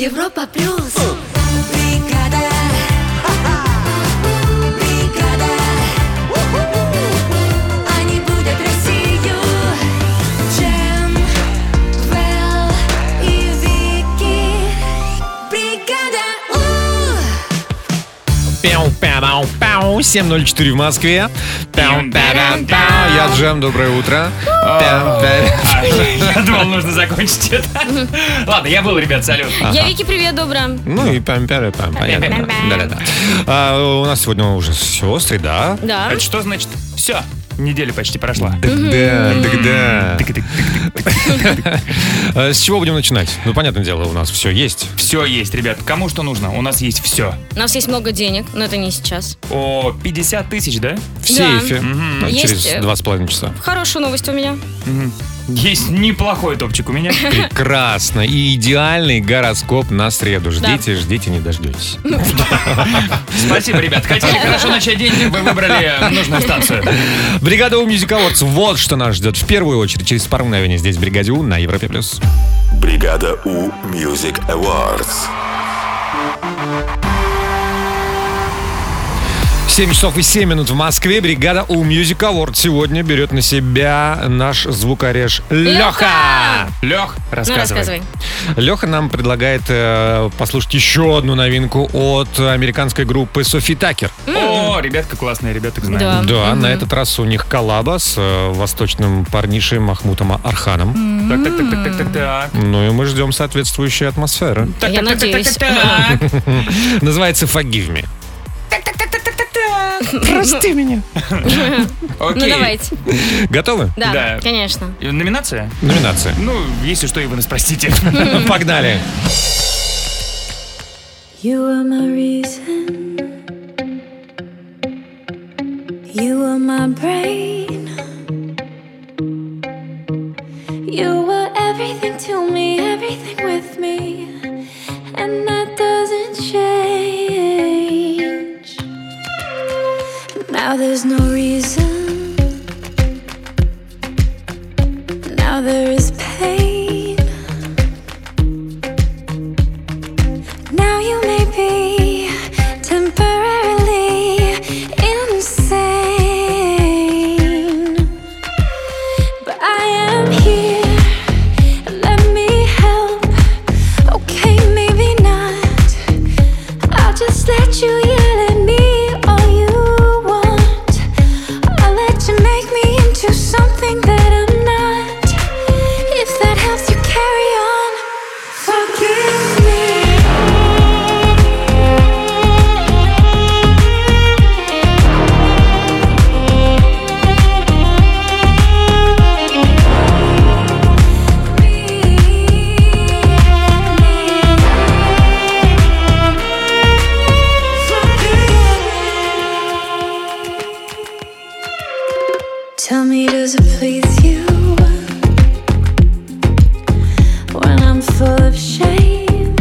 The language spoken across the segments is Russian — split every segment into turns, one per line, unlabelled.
Европа плюс. Бригада. Бригада. Они будут Россию. Джем, Вэл и Вики. Бригада. У.
Пяу, пяу, пяу. 7.04 в Москве. Пяу, пяу, пяу. Я Джем, доброе утро. Пяу, пяу.
А, Я думал, нужно закончить это. Ладно, я был, ребят, салют.
Я Вики, привет, добро.
Ну и пям пям пям понятно. Да-да-да. А, У нас сегодня уже сестры, да?
Да.
Это что значит? Все, неделя почти прошла.
Да, да, да. А, С чего будем начинать? Ну, понятное дело, у нас все есть.
Все есть, ребят. Кому что нужно? У нас есть все.
У нас есть много денег, но это не сейчас.
О, 50 тысяч, да?
В
Да.
сейфе.
Мгм.
Ну,
Есть,
Через
э,
два с половиной часа.
Хорошая новость у меня. Ну,
Есть неплохой топчик у меня.
Прекрасно. И идеальный гороскоп на среду. Ждите, ждите, не дождетесь.
Спасибо, ребят. Хотели хорошо начать день, вы выбрали нужную станцию.
Бригада у Мюзиководс. Вот что нас ждет. В первую очередь, через пару мгновений здесь Бригаде У на Европе+. плюс.
Бригада У Music Awards.
7 часов и 7 минут в Москве. Бригада У Music Award сегодня берет на себя наш звукореж Леха.
Лёха!
Лех,
Ну,
рассказывай.
рассказывай.
Леха нам предлагает э, послушать еще одну новинку от американской группы Софи Такер.
О, ребятка классные, ребята знают.
М-м-м. Да.
Да, на этот раз у них коллаба с э, восточным парнишей Махмутом Арханом.
Так, так, так, так, так, так, так.
Ну и мы ждем соответствующей атмосферы.
Так,
Я
так, так, так,
надеюсь. М-м-м.
так, так, так.
Называется «Forgive Me».
Ну,
Окей.
давайте.
Готовы?
Да,
Да.
конечно.
И Номинация?
Номинация.
Ну, если что, и вы нас простите.
Погнали.
You are my reason. You are my brain. You were everything to me, everything with me. And that doesn't change. Now there's no reason. Now there is pain. Now you may be temporarily insane, but I am here. Let me help. Okay, maybe not. I'll just let you yell at me all you want. I'll let you make me into something that I'm not. If that helps you carry on, forgive me. Tell me, does it please you when I'm full of shame?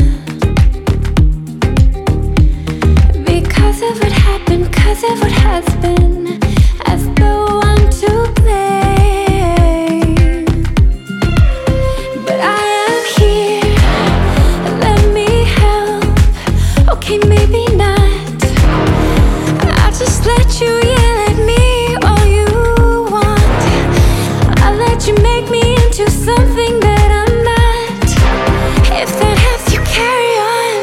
Because of what happened, because of what has been, as though I'm to blame. But I am here. Let me help. Okay, maybe not. I'll just let you yell at me all you want. I'll let you make me into something that I'm not. If that helps you carry on.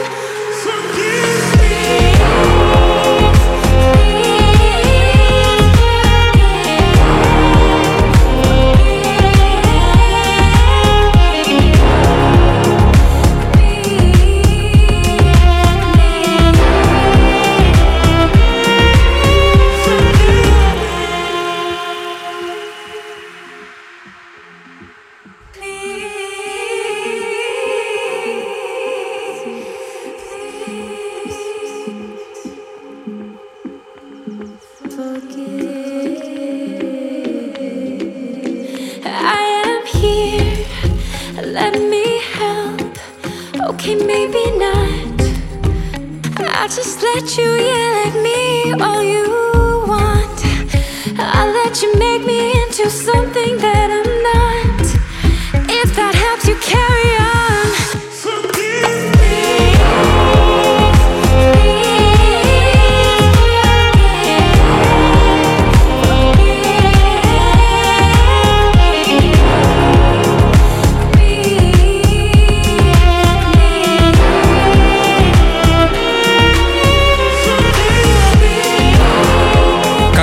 I am here. Let me help. Okay, maybe not. I'll just let you yell at me all you want. I'll let you make me into something that I'm not. If that helps you carry on. Forgive me.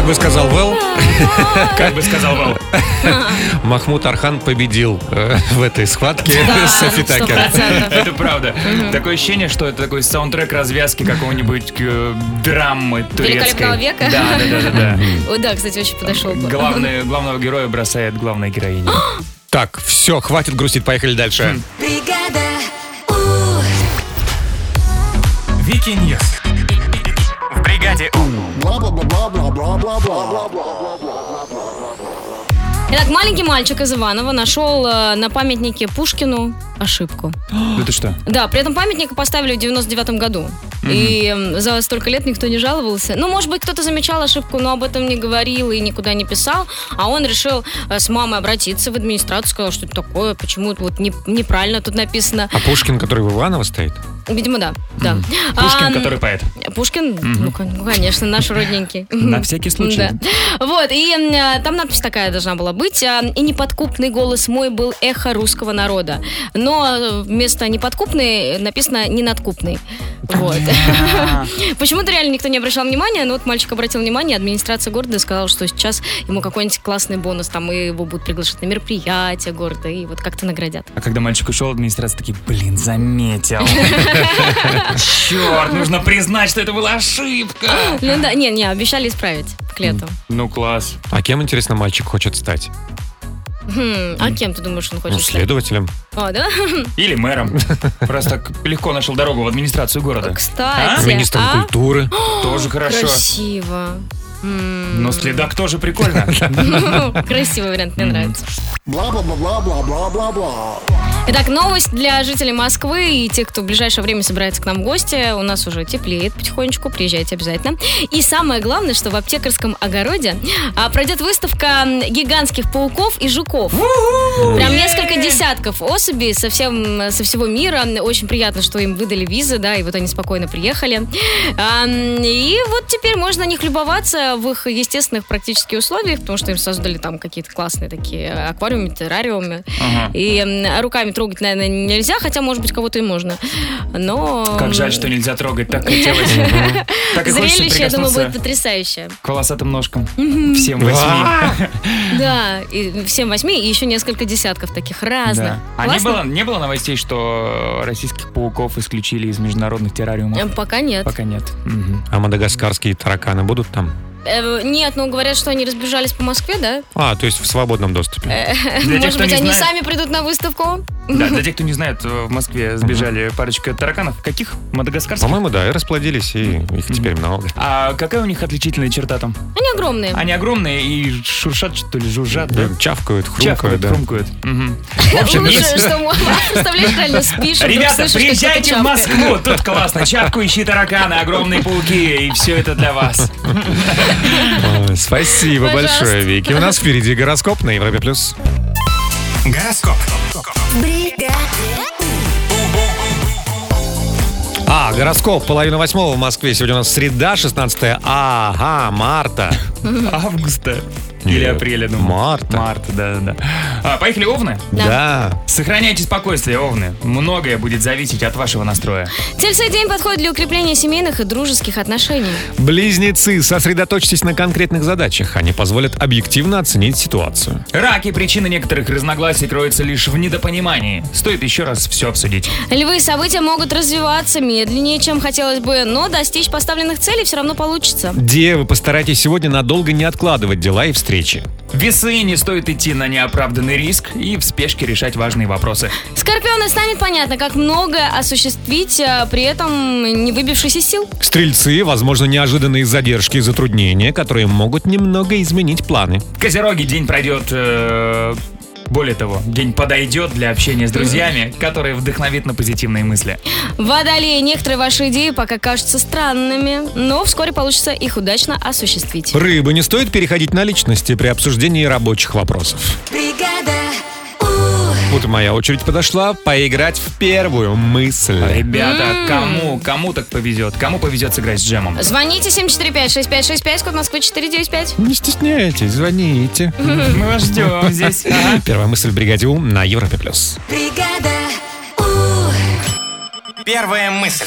бы сказал Вэл,
Как бы сказал Вал.
Махмуд Архан победил э, в этой схватке Софи
сто
Такер.
процентов.
Это правда. Такое ощущение, что это такой саундтрек развязки какого-нибудь э, драмы турецкой.
«Великолепного века».
Да, да, да, да,
Ой, да, кстати, очень подошел
да.
бы.
Главное- Главного героя бросает главная героиня.
Так, все, хватит грустить, поехали дальше.
Бригада У.
Вики Ньюс. В бригаде У.
Итак, маленький мальчик из Иванова нашел э, на памятнике Пушкину ошибку.
Ну
Да ты что?
Да, при этом памятник поставили в 99 году. И эм, за столько лет никто не жаловался. Ну, может быть, кто-то замечал ошибку, но об этом не говорил и никуда не писал. А он решил э, с мамой обратиться в администрацию, сказал, что это такое, почему вот не- неправильно тут написано.
А Пушкин, который в Иваново стоит?
Видимо, да. да.
Пушкин,
Ам,
который поэт.
Пушкин, ну, кон- ну, конечно, наш родненький.
На всякий случай.
Да. Вот, и э, там надпись такая должна была быть. э, И неподкупный голос мой был эхо русского народа. Но э, вместо неподкупный написано ненадкупный. Вот. Почему-то реально никто не обращал внимания, но вот мальчик обратил внимание, администрация города сказала, что сейчас ему какой-нибудь классный бонус, там и его будут приглашать на мероприятия города, и вот как-то наградят.
А когда мальчик ушел, администрация такие, блин, заметил. Черт, нужно признать, что это была ошибка.
Ну да, не, не, обещали исправить к лету.
Ну класс.
А кем, интересно, мальчик хочет стать?
Хм, а кем ты думаешь, он
Ну,
хочет стать?
следователем.
О, да?
Или мэром. Просто так легко нашел дорогу в администрацию города.
Кстати,
Министром
а?
культуры.
Тоже хорошо.
Красиво. М.
Но следак тоже прикольно.
Красивый вариант, мне нравится. Итак, новость для жителей Москвы и тех, кто в ближайшее время собирается к нам в гости. У нас уже теплеет потихонечку, приезжайте обязательно. И самое главное, что в аптекарском огороде а, пройдет выставка м, гигантских пауков и жуков. Прям несколько десятков особей со, всем, со всего мира. Очень приятно, что им выдали визы, да, и вот они спокойно приехали. А, м, и вот теперь можно на них любоваться в их естественных практически условиях, потому что им создали там какие-то классные такие аквариумы, террариумы.
Ага.
И м, руками трогать, наверное, нельзя, хотя, может быть, кого-то и можно. Но...
Как жаль, что нельзя трогать. Так хотелось. Так и хочется
Зрелище, я думаю, будет
прикоснуться
потрясающее.
к волосатым ножкам. Всем восьми.
Да, и всем восьми, и еще несколько десятков таких разных.
Да. А не
Классно?
было, не было новостей, что российских пауков исключили из международных террариумов?
Э, Пока нет.
Пока нет. Мгм.
А мадагаскарские тараканы будут там?
Э, Нет, ну говорят, что они разбежались по Москве, да?
А, то есть в свободном
Э,
доступе.
Для тех,
Может
кто
быть,
не
они
знает,
сами придут на выставку?
Да, для тех, кто не знает, э, в Москве сбежали парочка тараканов. Каких? Мадагаскарских?
По-моему, да, и расплодились, и их теперь много.
А какая у них отличительная черта там?
Они огромные.
Они огромные и шуршат, что ли, жужжат, да?
Да, Чавкают, хрумкают,
Чавкают,
да.
хрумкают. Мгм.
Лучше, что мо- представляешь, реально спишь, и вдруг
Ребята,
слышишь, как
приезжайте в
кто-то чавкает.
Москву, тут классно. Чавку ищи тараканы, огромные пауки, и все это для вас.
Ой, Спасибо
Пожалуйста.
большое, Вики. У нас впереди гороскоп на Европе+. плюс.
Гороскоп.
А, гороскоп, половина восьмого в Москве. Сегодня у нас среда, 16 ага, марта.
Августа. Или
Нет,
апреля, думаю.
марта.
Марта, да-да-да. А, Поехали, овны.
Да.
Да.
Сохраняйте спокойствие, овны. Многое будет зависеть от вашего настроя.
Тельцы день подходит для укрепления семейных и дружеских отношений.
Близнецы, сосредоточьтесь на конкретных задачах. Они позволят объективно оценить ситуацию.
Раки причины некоторых разногласий кроются лишь в недопонимании. Стоит еще раз все обсудить.
Львы события могут развиваться медленнее, чем хотелось бы, но достичь поставленных целей все равно получится.
Девы, постарайтесь сегодня надолго не откладывать дела и встречи.
Весы не стоит идти на неоправданный риск и в спешке решать важные вопросы.
Скорпионы станет понятно, как многое осуществить, а при этом не выбившись из сил.
Стрельцы, возможно, неожиданные задержки и затруднения, которые могут немного изменить планы.
Козероги день пройдет... э, более того, день подойдет для общения с друзьями, который вдохновит на позитивные мысли.
Водолеи, некоторые ваши идеи пока кажутся странными, но вскоре получится их удачно осуществить.
Рыбы, не стоит переходить на личности при обсуждении рабочих вопросов.
Бригада У.
Вот и моя очередь подошла поиграть в первую мысль.
Ребята, кому, кому так повезет? Кому повезет сыграть с джемом?
Звоните 745-6565, код Москвы 495.
Не стесняйтесь, звоните.
Мы вас ждем здесь. Ага.
Первая мысль в бригаде У на Европе плюс.
Бригада У.
Первая мысль.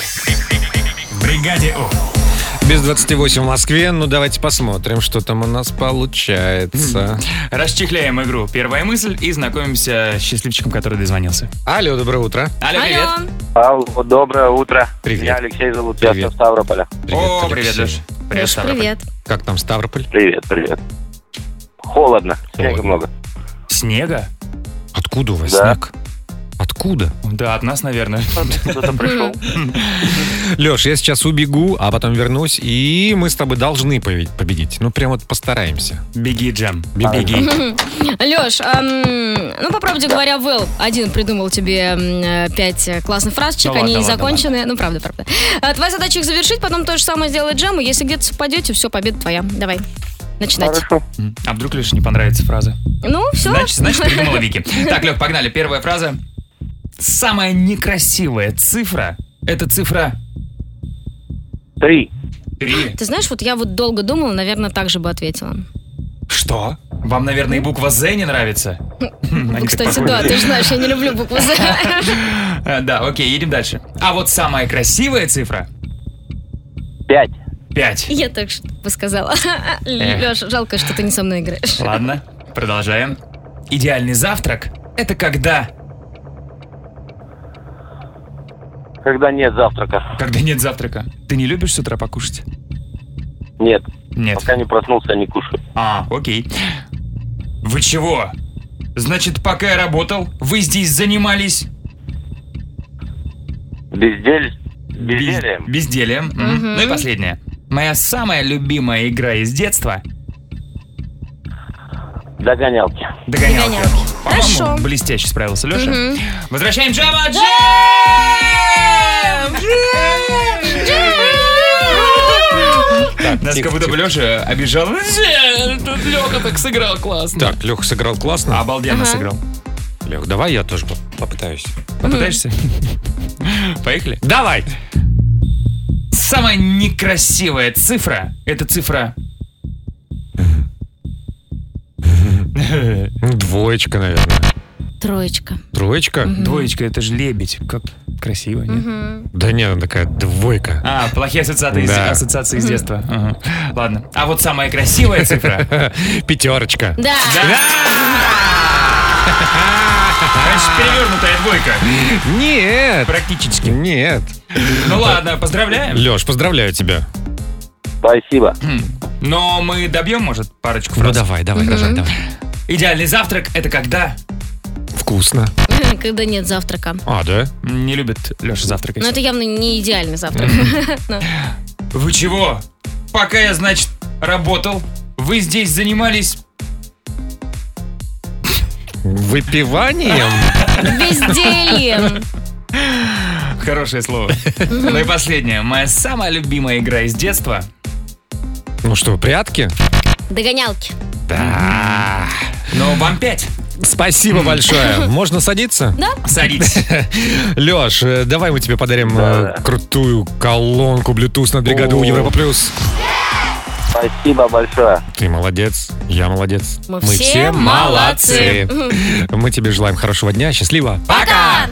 В бригаде У.
без 28 в Москве. Ну, давайте посмотрим, что там у нас получается.
Расчехляем игру. Первая мысль и знакомимся с счастливчиком, который дозвонился.
Алло, доброе утро.
Алло, привет.
Алло.
Алло, доброе утро.
Привет.
Меня Алексей зовут,
Привет.
я со Ставрополя.
О, привет,
Алексей.
Леш. Привет,
Леш,
Ставрополь.
привет.
Как там Ставрополь?
Привет, привет. Холодно, снега
Холодно.
много.
Снега?
Откуда у вас
Да.
снег? Откуда?
Да, от нас, наверное.
Кто-то пришел.
Леш, я сейчас убегу, а потом вернусь, и мы с тобой должны пове- победить. Ну, прям вот постараемся.
Беги, Джем. Беги.
Леш, ам, ну, по правде говоря, Вэл один придумал тебе м, э, пять э, классных фразочек,
Ну ладно,
они не
ладно,
закончены. Ну, правда, правда. А, твоя задача их завершить, потом то же самое сделать Джему. Если где-то совпадете, все, победа твоя. Давай, начинать.
Хорошо.
А вдруг Леш не понравится фраза?
Ну, все.
Значит, значит, придумала Вики. Так, Лех, погнали. Первая фраза. Самая некрасивая цифра – это цифра
Три.
3.
Ты знаешь, вот я вот долго думала, наверное, так же бы ответила.
Что? Вам, наверное, и буква «З» не нравится? Они
Ну,
так
кстати,
похожи.
да, ты же знаешь, я не люблю букву «З».
Э, Да, окей, едем дальше. А вот самая красивая цифра
Пять.
– 5.
Я так что бы сказала. Леша, жалко, что ты не со мной играешь.
Ладно, продолжаем. Идеальный завтрак – это когда?
Когда нет завтрака.
Когда нет завтрака. Ты не любишь с утра покушать?
Нет.
Нет.
Пока не проснулся, не кушаю.
А, окей. Вы чего? Значит, пока я работал, вы здесь занимались
Бездель.
без-
Безделием.
безделием. Мгм.
Мгм.
Ну и последнее. Моя самая любимая игра из детства
Догонялки.
– догонялки.
Догонялки.
По-моему,
Хорошо.
блестяще справился Леша.
Мгм.
Возвращаем Джема! Джем! Джем! Так, Нас
тихо,
как будто бы
тихо.
Леша обижал. Тут Леха так сыграл классно.
Так, Леха сыграл классно.
Обалденно
Ага.
сыграл.
Лех, давай я тоже поп- попытаюсь.
Попытаешься? Поехали.
Давай!
Самая некрасивая цифра – это цифра...
Ну, Двоечка, наверное.
Троечка.
Троечка?
Двоечка – это же лебедь. Как красиво, нет?
Да нет, она такая двойка.
А, плохие ассоциации, из-
Да.
ассоциации с детства. Ага. Ладно. А вот самая красивая цифра.
Пятерочка.
Да.
Раньше перевернутая двойка.
Нет!
Практически.
Нет.
Ну ладно, поздравляем.
Леш, поздравляю тебя.
Спасибо.
Но мы добьем, может, парочку
Ну
фраз.
давай, давай, давай, давай.
Идеальный завтрак – это когда?
Вкусно.
Когда нет завтрака.
А, да?
Не любит Леша завтракать.
Но это явно не идеальный завтрак.
Вы чего? Пока я, значит, работал, вы здесь занимались...
Выпиванием?
Бездельем.
Хорошее слово. Ну и последнее. Моя самая любимая игра из детства.
Ну что, прятки?
Догонялки.
Да.
Но вам пять.
Спасибо большое. Можно садиться?
Садитесь.
Леш, э, давай мы тебе подарим э, крутую колонку Bluetooth на бригаду
О.
Европа плюс.
Спасибо большое.
Ты молодец, я молодец.
Мы все молодцы.
молодцы. Мы тебе желаем хорошего дня, счастливо.
Пока!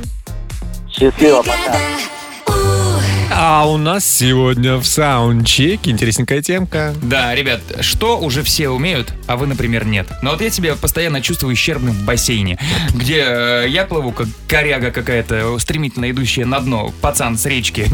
Счастливо, пока.
А у нас сегодня в саундчеке интересненькая темка.
Да, ребят, что уже все умеют, а вы, например, нет. Но вот я себя постоянно чувствую ущербным в бассейне, где э, я плыву как коряга какая-то, стремительно идущая на дно, пацан с речки.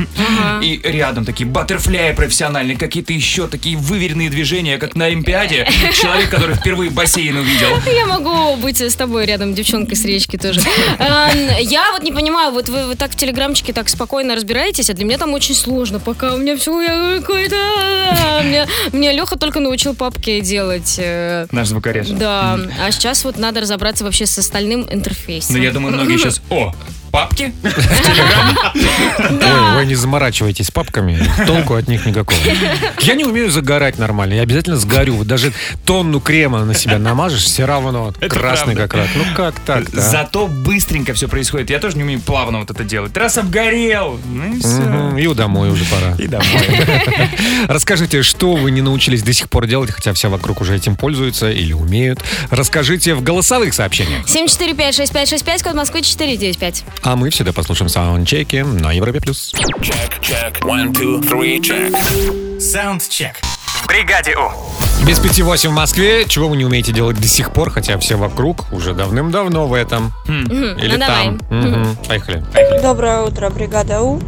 И рядом такие баттерфляи профессиональные, какие-то еще такие выверенные движения, как на Олимпиаде. Человек, который впервые бассейн увидел.
Я могу быть с тобой рядом, девчонкой с речки тоже. Эм, Я вот не понимаю, вот вы вы так в телеграмчике так спокойно разбираетесь, а для меня там очень сложно, пока у меня все, я какой-то... а Мне- Мне Леха только научил папки делать. э,
Наш звукореж.
Да, а сейчас вот надо разобраться вообще с остальным интерфейсом.
Ну, я думаю, многие сейчас... О, папки?
Ой, вы не заморачивайтесь папками, толку от них никакого. Я не умею загорать нормально, я обязательно сгорю. Вот даже тонну крема на себя намажешь, все равно
Это
красный
правда.
как рак. Ну как так
Зато быстренько все происходит. Я тоже не умею плавно вот это делать. Раз обгорел, ну и все.
И домой уже пора.
И домой.
Расскажите, что вы не научились до сих пор делать, хотя все вокруг уже этим пользуются или умеют. Расскажите в голосовых сообщениях.
7456565, код Москвы 495.
А мы всегда послушаем саундчеки на Европе+. плюс.
Check, check, one, two, three, check.
Саундчек. В бригаде У.
Без пяти восемь в Москве, чего вы не умеете делать до сих пор, хотя все вокруг уже давным-давно в этом.
Хм.
Или
ну давай.
там. Мгм. Поехали.
Доброе утро, бригада У.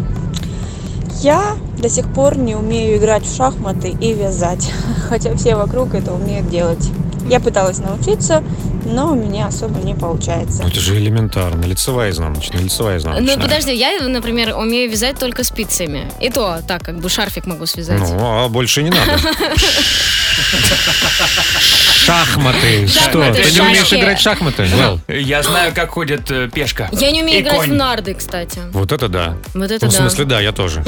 Я до сих пор не умею играть в шахматы и вязать, хотя все вокруг это умеют делать. Я пыталась научиться, но у меня особо не получается.
Ну, это же элементарно. Лицевая изнаночная, лицевая изнаночная.
Ну, подожди, я, например, умею вязать только спицами. И то так, как бы шарфик могу связать.
Ну, а больше не надо. Шахматы. Что?
Шахматы,
Ты не
шашки.
умеешь играть в шахматы? Вэл?
Я знаю, как ходит э, пешка.
Я не умею
И
играть в
конь.
нарды, кстати.
Вот это да.
Вот это
Ну, в
да.
смысле, да, я тоже.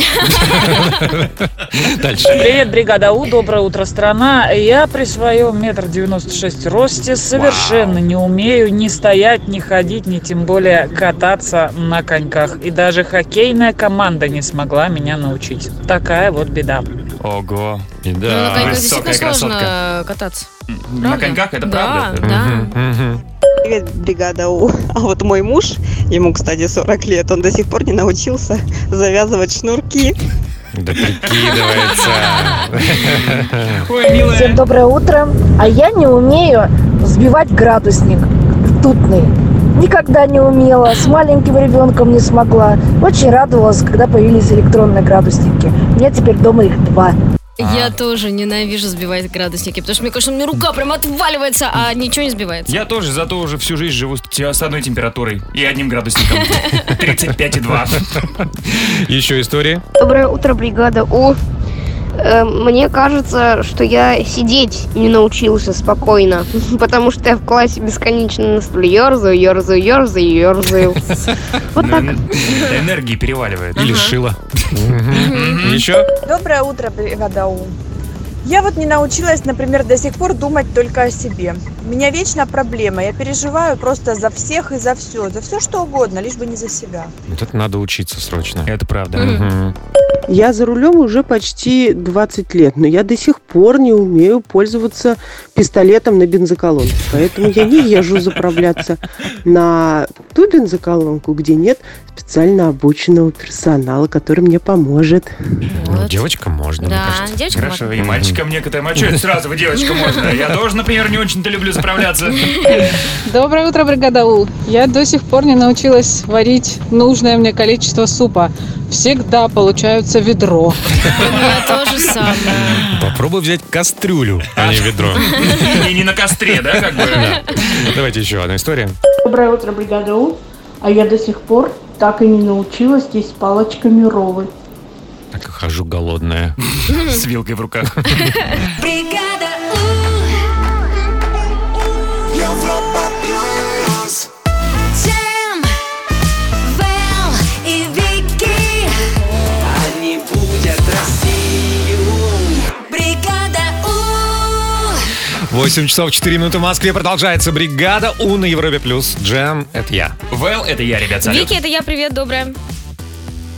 Дальше.
Привет, бригада У, доброе утро, страна. Я при своем метр девяносто шесть росте совершенно не умею ни стоять, ни ходить, ни тем более кататься на коньках. И даже хоккейная команда не смогла меня научить. Такая вот беда.
Ого.
И
Ну, на
Да.
коньках
высокая
действительно сложно
красотка.
кататься.
На коньках это правда?
Да, да.
Мгм.
Привет, бригада У. А вот мой муж, ему, кстати, 40 лет, он до сих пор не научился завязывать шнурки.
Да прикидывается.
Ой, милая.
доброе утро. А я не умею сбивать градусник ртутный. Никогда не умела, с маленьким ребенком не смогла. Очень радовалась, когда появились электронные градусники. У меня теперь дома их два.
А.
Я тоже ненавижу сбивать градусники, потому что, мне кажется, у меня рука прям отваливается, а ничего не сбивается.
Я тоже, зато уже всю жизнь живу с те- с одной температурой и одним градусником. 35,2.
Еще истории?
Доброе утро, бригада У. Э, Мне кажется, что я сидеть не научился спокойно, потому что я в классе бесконечно на стуле ерзаю, ерзаю, ерзаю, ерзаю. Вот так.
Энергии переваливает.
Или шила. Еще?
Доброе утро, бригада У. Я вот не научилась, например, до сих пор думать только о себе. У меня вечно проблема. Я переживаю просто за всех и за все. За все, что угодно, лишь бы не за себя.
Вот это надо учиться срочно.
Это правда.
Мгм.
Мгм.
Я за рулем уже почти 20 лет, но я до сих пор не умею пользоваться пистолетом на бензоколонке. Поэтому я не езжу заправляться на ту бензоколонку, где нет специально обученного персонала, который мне поможет.
Ну, Девочкам можно, мне
Да,
кажется.
девочка
Хорошо,
можно.
и мальчикам некоторым. А что сразу вы девочка можно? Я тоже, например, не очень-то люблю заправляться.
Доброе утро, бригада У. Я до сих пор не научилась варить нужное мне количество супа. Всегда получается ведро.
У меня тоже самое.
Попробуй взять кастрюлю, а не ведро.
И не на костре, да, как бы?
Давайте еще одна история.
Доброе утро, бригада У. А я до сих пор так и не научилась есть палочками ровы.
Так и хожу голодная.
С вилкой в руках.
Бригада У. Джем, Вэл и Вики.
Они будят Россию.
Бригада У.
8 часов 4 минуты в Москве. Продолжается бригада У на Европе плюс. Джем, это я.
Вэл, это я, ребят, салют.
Вики, это я, привет, доброе.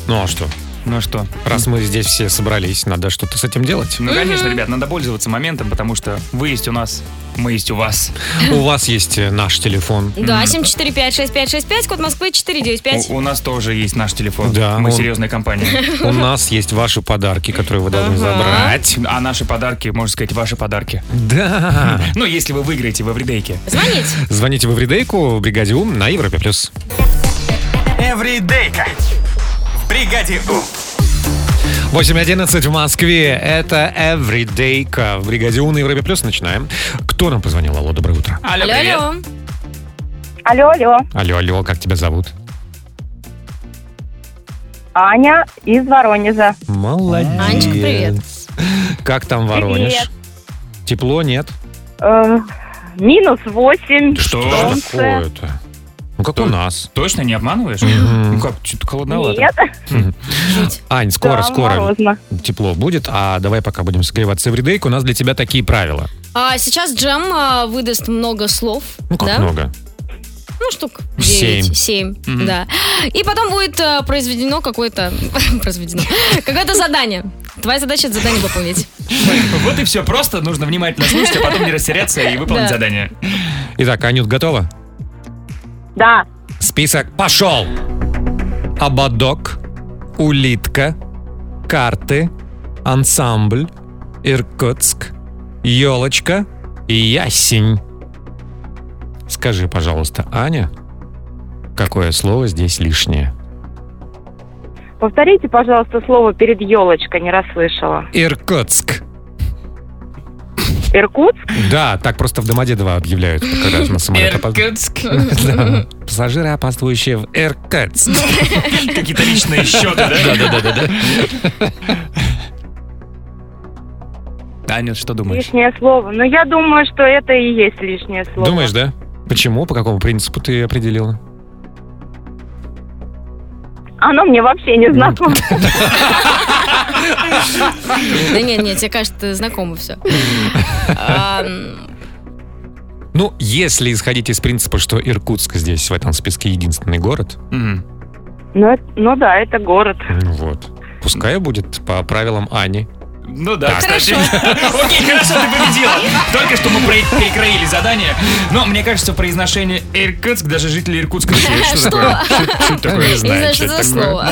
Ну а что?
Ну что?
Раз мы здесь все собрались, надо что-то с этим делать.
Ну, конечно, ребят, надо пользоваться моментом, потому что вы есть у нас, мы есть у вас.
У вас есть э, наш телефон.
Да, 7456565, код Москвы 495.
У, у нас тоже есть наш телефон.
Да,
Мы
он-
серьезная компания.
У нас есть ваши подарки, которые вы должны забрать.
А наши подарки, можно сказать, ваши подарки.
Да.
Ну, если вы выиграете во вредейке.
Звонить.
Звоните в Эвридейку, бригаде Ум на Европе плюс.
Эвридейка. В бригаде У.
8.11 в Москве. Это Эвридейка в бригаде У на Европе плюс. Начинаем. Кто нам позвонил? Алло, доброе утро.
Алло,
Алло,
привет.
алло.
Алло, алло.
Алло, алло, как тебя зовут?
Аня из Воронежа.
Молодец.
Анечка, привет.
Как там Воронеж?
Привет.
Тепло, нет?
Э,
минус 8.
Что?
Что
Солнце.
такое-то? Ну, как у нас.
Точно не обманываешь? Ну как, что-то холодновато.
Ань, скоро, скоро тепло будет, а давай пока будем согреваться Эвридейк. У нас для тебя такие правила.
А сейчас Джем а, выдаст много слов.
Ну, как
да?
много.
Ну, штук
Семь.
9, 7,
Мгм.
да. И потом будет э, произведено какое-то... произведено. Какое-то задание. Твоя задача это задание выполнить.
Вот и все. Просто нужно внимательно слушать, а потом не растеряться и выполнить
Да.
задание.
Итак, Анют, готова?
Да.
Список пошел. Ободок, улитка, карты, Ансамбль, Иркутск, Елочка, Ясень. Скажи, пожалуйста, Аня, какое слово здесь лишнее?
Повторите, пожалуйста, слово перед елочкой, не расслышала.
Иркутск.
Иркутск?
Да, так просто в Домоде-2 объявляют, когда на самолет опоз- Да. Пассажиры, опаздывающие в Иркутск.
Какие-то личные счеты, да? Аня, что думаешь?
Лишнее слово. Но я думаю, что это и есть лишнее слово.
Думаешь, да? Почему? По какому принципу ты определила?
Оно мне вообще не знакомо.
Да нет, нет, тебе кажется, знакомо все.
Ну, если исходить из принципа, что Иркутск здесь в этом списке единственный город,
Ну, это- ну да, это город.
ну вот, пускай будет по правилам Ани.
Ну да,
Так.
кстати. Окей, хорошо, ты победила. Только что мы пре- перекроили задание. Но мне кажется, произношение Иркутск, даже жители Иркутска все,
Что?
что такое? Что- Что такое?
Не знаю, что это за слово.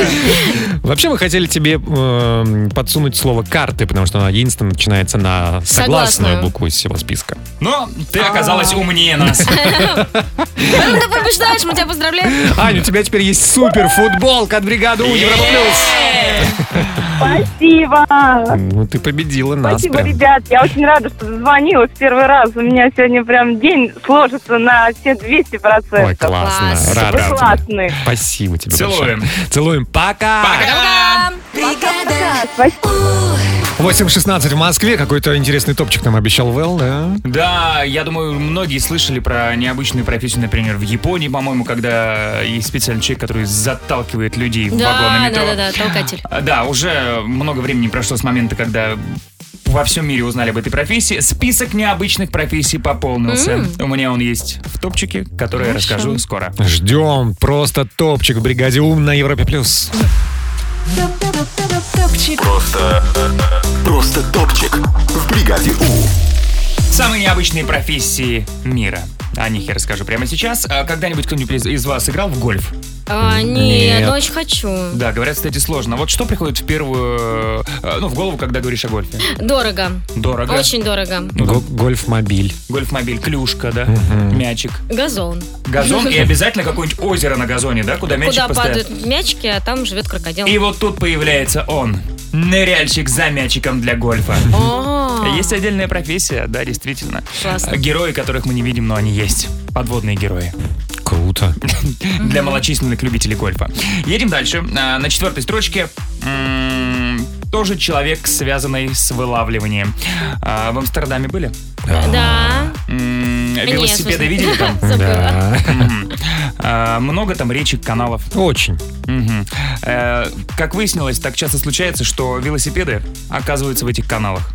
Вообще мы хотели тебе эм, подсунуть слово карты, потому что она единственно начинается на согласную,
Согласную.
букву из всего списка.
Но ты оказалась умнее нас.
А, Ну, ты побеждаешь, мы тебя поздравляем.
Аня, у тебя теперь есть супер футболка от бригады У Европа
Спасибо.
Плюс. Ну ты победила нас.
Спасибо,
прям.
ребят. Я очень рада, что дозвонилась в первый раз. У меня сегодня прям день сложится на все 200%.
Ой, классно.
Класс.
Рада
Вы
тебе.
классные.
Спасибо тебе
Целуем. а
большое. Целуем. Пока.
Бригада. А, Спасибо.
8.16 в Москве. Какой-то интересный топчик нам обещал Вэл, да?
Да, я думаю, многие слышали про необычную профессию, например, в Японии, по-моему, когда есть специальный человек, который заталкивает людей в вагоны
Да,
метро.
да, да, да, толкатель.
А, Да, уже много времени прошло с момента, когда во всем мире узнали об этой профессии. Список необычных профессий пополнился. У меня он есть в топчике, который я расскажу скоро.
Ждем. Просто топчик в бригаде Ум на Европе плюс.
Просто... Просто топчик в бригаде У.
Самые необычные профессии мира. О них я расскажу прямо сейчас. А, Когда-нибудь кто-нибудь из- из вас играл в гольф?
А,
Нет.
нет, но очень хочу.
Да, говорят, кстати, сложно. Вот что приходит в первую, э, ну, в голову, когда говоришь о гольфе?
Дорого.
Дорого.
Очень дорого.
Го- Гольф-мобиль.
Гольфмобиль, клюшка, да, мячик,
Газон.
газон и обязательно какое-нибудь озеро на газоне, да, куда мячик
Куда
постоянно.
падают мячики, а там живет крокодил.
И вот тут появляется он, ныряльщик за мячиком для гольфа.
О,
Есть отдельная профессия, да, действительно.
Классно.
Герои, которых мы не видим, но они есть. Подводные герои.
Круто.
Для малочисленных любителей гольфа. Едем дальше. А, На четвертой строчке м, тоже человек, связанный с вылавливанием. А, В Амстердаме были?
Да.
М,
Не,
Велосипеды
слушай.
видели там?
Забыла.
Мгм. А, Много там речек, каналов.
Очень.
Мгм. Э, Как выяснилось, так часто случается, что велосипеды оказываются в этих каналах.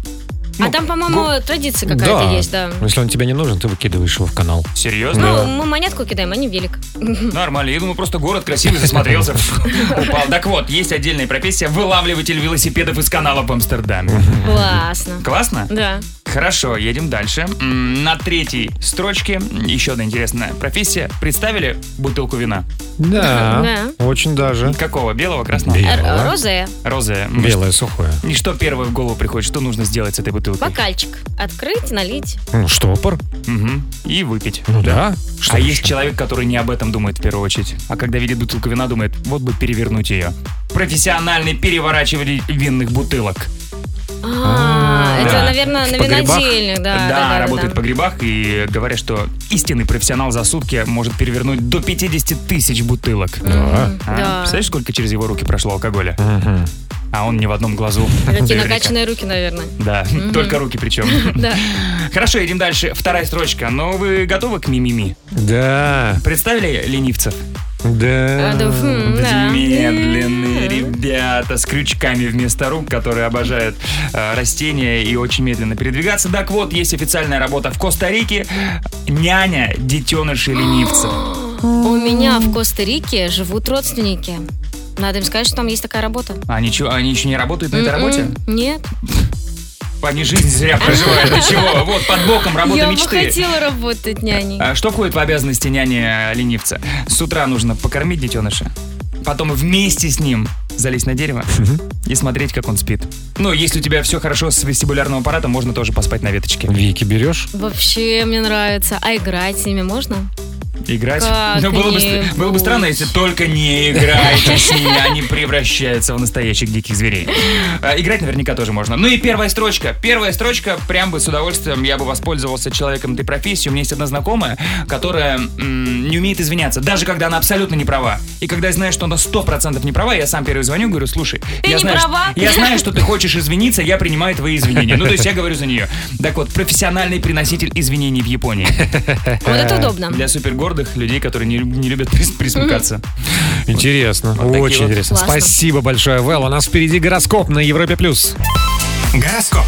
А там, по-моему, традиция какая-то есть, да.
Если он тебе не нужен, ты выкидываешь его в канал.
Серьезно?
Ну, мы монетку кидаем, а не велик.
Нормально, я думаю, просто город красивый засмотрелся, упал. Так вот, есть отдельная профессия вылавливатель велосипедов из канала в Амстердаме.
Классно.
Классно?
Да.
Хорошо, едем дальше. М, На третьей строчке еще одна интересная профессия. Представили бутылку вина?
Да. Очень даже.
Какого? Белого, красного?
Белого.
Р- Розе.
Розовое. М,
Белое сухое.
И что первое в голову приходит? Что нужно сделать с этой бутылкой?
Бокальчик. Открыть, налить.
Ну, штопор.
Мгм. И выпить.
Ну да. Что
а
еще?
есть человек, который не об этом думает в первую очередь. А когда видит бутылку вина, думает, вот бы перевернуть ее. Профессиональный переворачиватель винных бутылок.
А,
Да.
это, наверное,
В
на
погребах?
винодельных. Да, да, да,
работает
да.
в погребах и говорят, что истинный профессионал за сутки может перевернуть до 50 тысяч бутылок.
Мгм,
А?
Да.
Представляешь, сколько через его руки прошло алкоголя?
Мгм.
А он не в одном глазу.
Такие
Наверняка.
накачанные руки, наверное.
Да, только руки причем.
Да.
Хорошо, едем дальше. Вторая строчка. Но вы готовы к мимими?
Да.
Представили ленивцев? Э,
Да.
А, да, хм, да.
Медленные ребята с крючками вместо рук, которые обожают э, растения и очень медленно передвигаться. Так вот, есть официальная работа в Коста-Рике. Няня детенышей ленивцев.
У меня в Коста-Рике живут родственники. Надо им сказать, что там есть такая работа.
А Они, чё, они еще не работают на этой
М-м,
работе?
Нет.
Они жизнь зря проживают. Ну чего? Вот, под боком работа
Я бы
мечты.
хотела работать няней.
А Что входит в обязанности няни э, ленивца? С утра нужно покормить детеныша, потом вместе с ним залезть на дерево и смотреть, как он спит. Ну, если у тебя все хорошо с вестибулярным аппаратом, можно тоже поспать на веточке.
Вики берешь?
Вообще мне нравится. А играть с ними можно?
Играть?
Как
Ну, было бы,
не
стр- было бы странно, если только не играйте с ними, они превращаются в настоящих диких зверей. А, Играть наверняка тоже можно. Ну и первая строчка. Первая строчка, прям бы с удовольствием я бы воспользовался человеком этой профессии. У меня есть одна знакомая, которая м, не умеет извиняться, даже когда она абсолютно не права. И когда я знаю, что она 100% не права, я сам перезвоню, говорю, слушай,
Ты
я
не
знаю, что-
права.
я знаю, что ты хочешь извиниться, я принимаю твои извинения. Ну, то есть я говорю за нее. Так вот, профессиональный приноситель извинений в Японии. Э,
Вот это удобно.
Для супергордых людей, которые не, люб- не любят прис- присмыкаться.
Интересно,
такие
очень
вот.
интересно.
Классно.
Спасибо большое, Вэл. У нас впереди гороскоп на Европе плюс.
Гороскоп.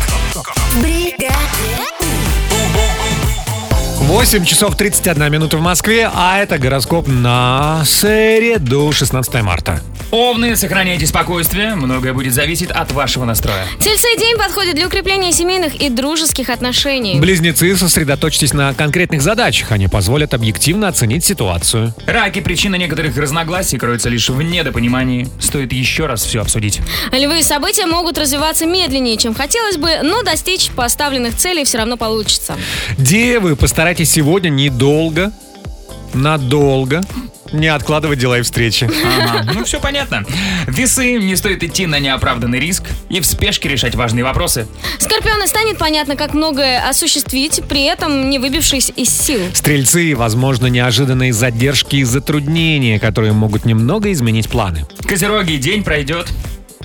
8 часов 31 минута в Москве, а это гороскоп на среду 16 марта.
Овны, сохраняйте спокойствие, многое будет зависеть от вашего настроя.
Тельцы день подходит для укрепления семейных и дружеских отношений.
Близнецы, сосредоточьтесь на конкретных задачах, они позволят объективно оценить ситуацию.
Раки, причина некоторых разногласий кроется лишь в недопонимании. Стоит еще раз все обсудить.
Львы события могут развиваться медленнее, чем хотелось бы, но достичь поставленных целей все равно получится.
Девы, постарайтесь сегодня недолго, надолго не откладывать дела и встречи.
Ага, ну все понятно. Весы, не стоит идти на неоправданный риск и в спешке решать важные вопросы.
Скорпионы станет понятно, как многое осуществить, при этом не выбившись из сил.
Стрельцы, возможно, неожиданные задержки и затруднения, которые могут немного изменить планы.
Козероги, день пройдет.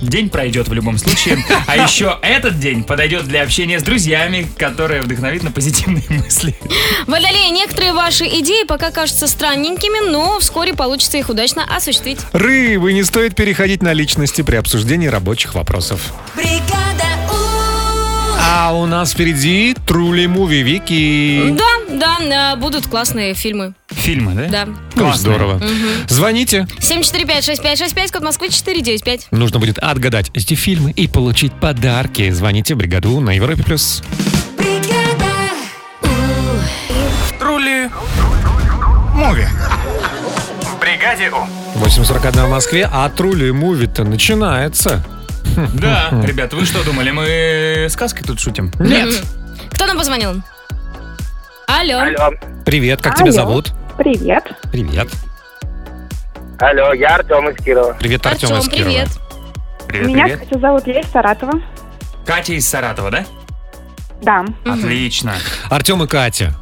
День пройдет в любом случае. А еще этот день подойдет для общения с друзьями, которые вдохновит на позитивные мысли.
Водолеи, некоторые ваши идеи пока кажутся странненькими, но вскоре получится их удачно осуществить.
Рыбы, не стоит переходить на личности при обсуждении рабочих вопросов. А у нас впереди Трули Муви Вики.
Да, да, э, будут классные фильмы.
Фильмы,
Да.
Ну, здорово.
Мгм.
Звоните.
745-6565, код Москвы 495.
Нужно будет отгадать эти фильмы и получить подарки. Звоните в бригаду на Европе плюс.
Трули. Муви. В бригаде У.
8.41 в Москве, а Трули Муви-то начинается.
Да, ребят, вы что думали, мы сказкой тут шутим?
Нет.
Кто нам позвонил? Алло.
Привет, как тебя
Алло.
зовут?
Привет.
Привет.
Алло, я Артем из Кирова.
Привет,
Артем,
Артем из Кирова.
привет. Привет,
Меня,
привет.
кстати, зовут Лея Саратова.
Катя из Саратова, да?
Да.
Отлично.
Артем и Катя.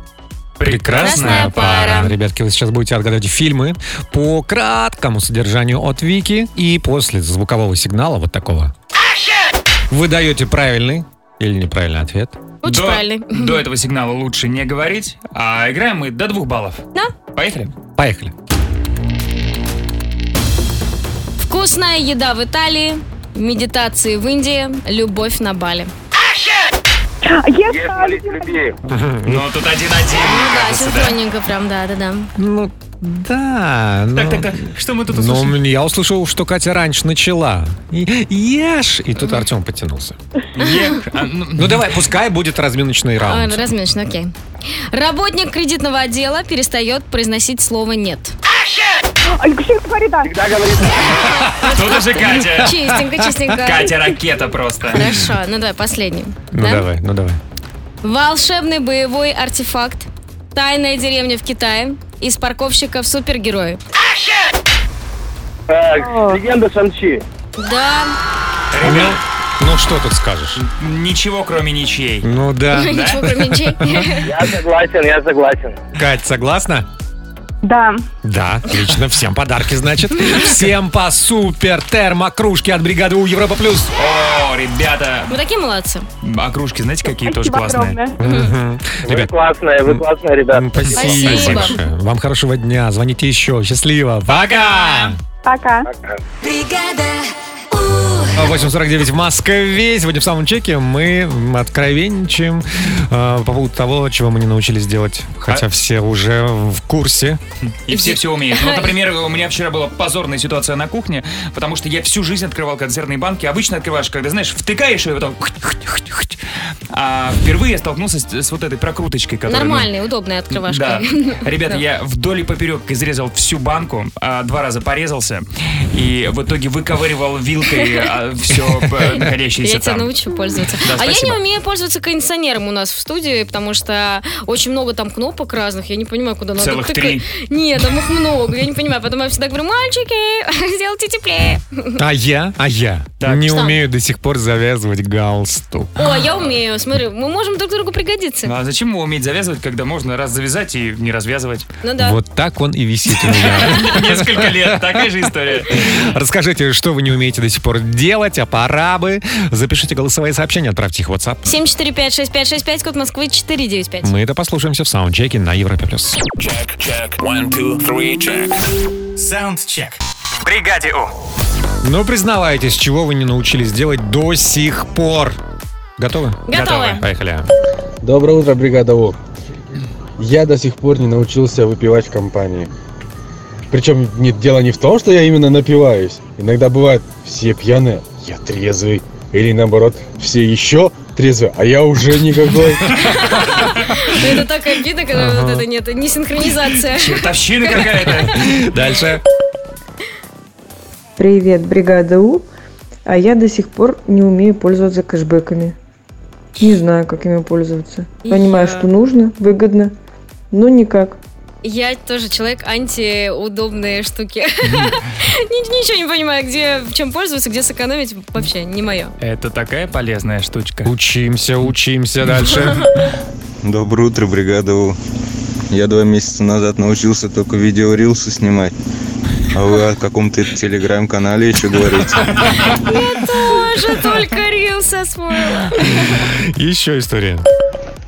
Прекрасная пара.
Ребятки, вы сейчас будете отгадывать фильмы по краткому содержанию от Вики. И после звукового сигнала вот такого. Вы даете правильный или неправильный ответ.
Лучше
до,
правильный.
До этого сигнала лучше не говорить, а играем мы до двух баллов.
Да.
Поехали.
Поехали.
Вкусная еда в Италии, медитации в Индии, любовь на Бали.
А,
Молись, люби.
Ну, тут один-один, мне
Да,
кажется, да.
синхронненько прям, да-да-да.
Ну, да. ну,
Так, так, так, что мы тут
Но
услышали?
Ну, я услышал, что Катя раньше начала. И- Ешь! И тут Артем потянулся.
Ех, а, ну,
Ну давай, пускай будет разминочный
А,
раунд.
Разминочно, окей. Работник кредитного отдела перестает произносить слово «нет».
Алексей А, Фарида.
Тут уже Катя.
Чистенько, чистенько.
Катя ракета просто.
Хорошо, ну давай, последний.
Ну
да?
давай, ну давай.
Волшебный боевой артефакт. Тайная деревня в Китае. Из парковщика в супергерои.
Э, Легенда Шанчи.
Да,
Ребят,
Ну что тут скажешь?
ничего кроме ничьей.
Ну да.
ничего кроме ничей.
Я согласен, я согласен.
Кать, согласна?
Да.
Да, отлично. Всем подарки, значит. Всем по супер термокружке от бригады У Европа Плюс.
О, ребята,
Вы такие молодцы.
окружки, знаете, какие тоже
Спасибо
классные.
огромное.
Вы
Ребят,
классные, вы классные, ребят.
спасибо.
Спасибо.
большое. Вам хорошего дня. Звоните еще. Счастливо. Пока!
Пока.
8.49 в Москве. Сегодня в самом чеке мы откровенничаем э, по поводу того, чего мы не научились делать. Хотя все уже в курсе.
И все все умеют. Ну, вот, например, у меня вчера была позорная ситуация на кухне, потому что я всю жизнь открывал консервные банки. Обычно открываешь, когда, знаешь, втыкаешь и потом... хть-хть-хть-хть. А впервые я столкнулся с, с вот этой прокруточкой, которая... ну,
Нормальный, удобный
да.
открывашка.
Ребята, я вдоль и поперек изрезал всю банку, а, два раза порезался, и в итоге выковыривал вилкой а, все э, находящееся
Я тебя
там.
научу пользоваться.
Да,
а я не
спасибо.
умею пользоваться кондиционером у нас в студии, потому что очень много там кнопок разных. Я не понимаю, куда надо
Целых
тыкать.
три.
Нет, там их много. Я не понимаю. Потом я всегда говорю, мальчики, сделайте теплее.
А я, а я не
Что?
умею до сих пор завязывать галстук.
О, а я умею. Смотри, мы можем друг другу пригодиться.
Ну, а зачем его уметь завязывать, когда можно раз завязать и не развязывать?
Ну да.
Вот так он и висит у меня.
Несколько лет, такая же история.
Расскажите, что вы не умеете до сих пор делать, а пора бы. Запишите голосовые сообщения, отправьте их в WhatsApp.
7456565, код Москвы 495.
Мы это послушаемся в саундчеке на Европе+. плюс.
Чек, чек, one, two, three, check.
Саундчек. В бригаде У.
Ну, признавайтесь, чего вы не научились делать до сих пор. Готовы?
Готовы.
Поехали.
Доброе утро, бригада У. Я до сих пор не научился выпивать в компании. Причем нет, дело не в том, что я именно напиваюсь. Иногда бывает все пьяные, я трезвый. Или наоборот, все еще трезвые, а я уже никакой.
Это так обидно, когда
Ага.
вот это нет, не синхронизация.
Чертовщина какая-то.
Дальше.
Привет, бригада У. А я до сих пор не умею пользоваться кэшбэками. Не знаю, как ими пользоваться.
И
Понимаю,
я.
что нужно, выгодно, но никак.
Я тоже человек антиудобные штуки. Ни- Ничего не понимаю, где в чем пользоваться, где сэкономить, вообще не мое.
Это такая полезная штучка.
Учимся, учимся дальше.
Доброе утро, бригада У. Я два месяца назад научился только видеорилсы снимать. А вы о каком-то телеграм-канале еще говорите.
Я тоже только рилс освоила.
Еще история.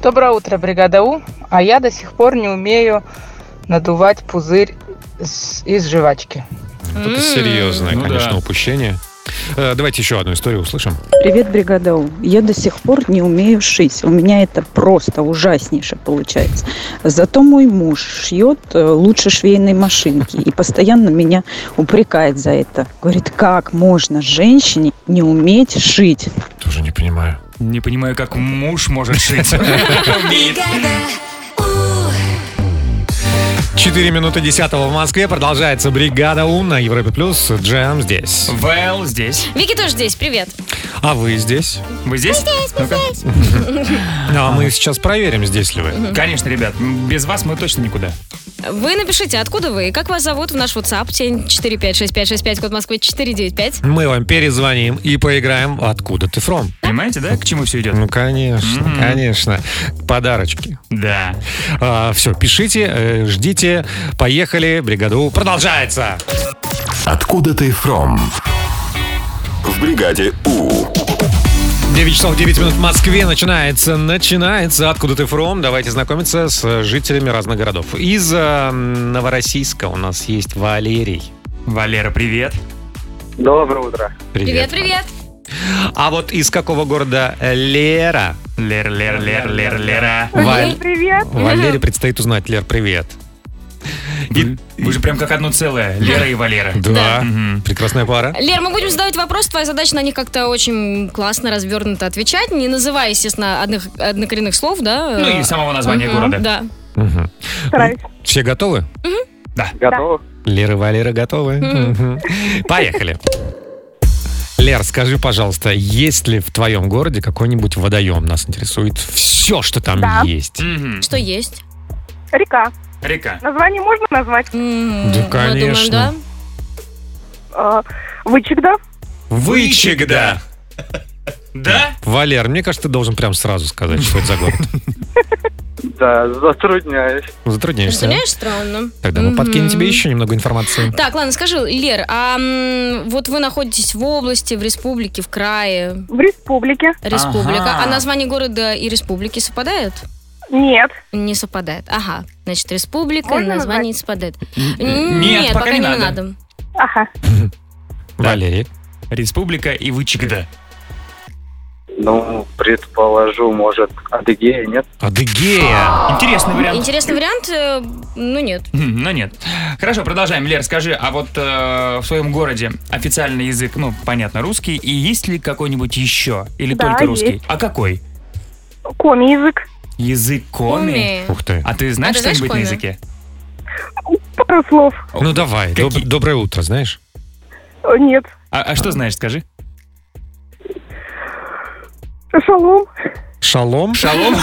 Доброе утро, бригада У. А я до сих пор не умею надувать пузырь с- из жвачки.
Это серьезное, конечно, упущение. Э, Давайте еще одну историю услышим.
Привет, бригада У. Я до сих пор не умею шить. У меня это просто ужаснейше получается. Зато мой муж шьет э, лучше швейной машинки и постоянно меня упрекает за это. Говорит, как можно женщине не уметь шить?
Тоже не понимаю.
Не понимаю, как муж может шить. Умеет.
Четыре минуты десятого в Москве. Продолжается бригада У на Европе плюс. Джем здесь.
Вэл здесь.
Вики тоже здесь, привет.
А вы здесь?
Вы здесь? здесь,
А мы сейчас проверим, здесь ли вы.
Конечно, ребят, м, без вас мы точно никуда.
Вы напишите, откуда вы и как вас зовут в наш WhatsApp, 7456565, код Москвы 495.
Мы вам перезвоним и поиграем в «Откуда ты фром?».
Понимаете, да, к чему все идет?
Ну, конечно, конечно. Подарочки.
Да.
все, пишите, э, ждите. Поехали, бригаду продолжается.
Откуда ты from? В бригаде У.
9 часов 9 минут в Москве начинается, начинается. Откуда ты фром? Давайте знакомиться с э, жителями разных городов. Из э, м, Новороссийска у нас есть Валерий.
Валера, привет.
Доброе утро.
Привет, привет.
А вот из какого города Лера? Лер, Лер, Лер, Лер, Лера.
Привет.
Валере предстоит узнать. Лер, привет.
Вы, вы же прям как одно целое. Лера и Валера.
Да. Прекрасная пара.
Лер, мы будем задавать вопрос, твоя задача на них как-то очень классно, развернуто отвечать, не называя, естественно, одних, однокоренных слов, да?
Ну, и самого названия
Мгм,
города.
Да.
Мгм.
Стараюсь.
Все готовы?
Да.
Готовы.
Лера и Валера готовы. Мгм. Поехали. Лер, скажи, пожалуйста, есть ли в твоем городе какой-нибудь водоем? Нас интересует все, что там есть.
Что есть?
Река.
Река.
Название можно назвать?
Да, конечно.
да.
А, Вычегда?
Вычегда.
Да?
Валер, мне кажется, ты должен прям сразу сказать, что это за город.
Да, затрудняюсь.
Затрудняешься. а?
Представляешь, странно.
Тогда мы
Мгм.
подкинем тебе еще немного информации.
Так, ладно, скажи, Лер, а м, вот вы находитесь в области, в республике, в крае?
В республике.
Республика.
Ага.
А название города и республики совпадает?
Нет.
Не совпадает. Ага. Значит, республика,
Можно
название не совпадает.
Н-
Нет, пока, не надо.
Ага.
Валерий.
Республика и Вычегда.
Ну, предположу, может, Адыгея, нет?
Адыгея.
Интересный вариант.
Интересный вариант? э, Ну, нет.
Хм, Ну нет. Хорошо, продолжаем. Лер, скажи, а вот э, в своем городе официальный язык, ну, понятно, русский, и есть ли какой-нибудь еще? Или
Да,
только русский?
есть.
А какой?
коми язык.
Язык коми?
Коми.
Ух ты.
А ты знаешь
А ты знаешь
что-нибудь на
коми?
языке?
Пару слов.
А,
Ну давай, доб- доброе утро, знаешь?
Э, Нет.
А, а что знаешь, скажи?
Шалом.
Шалом?
Шалом?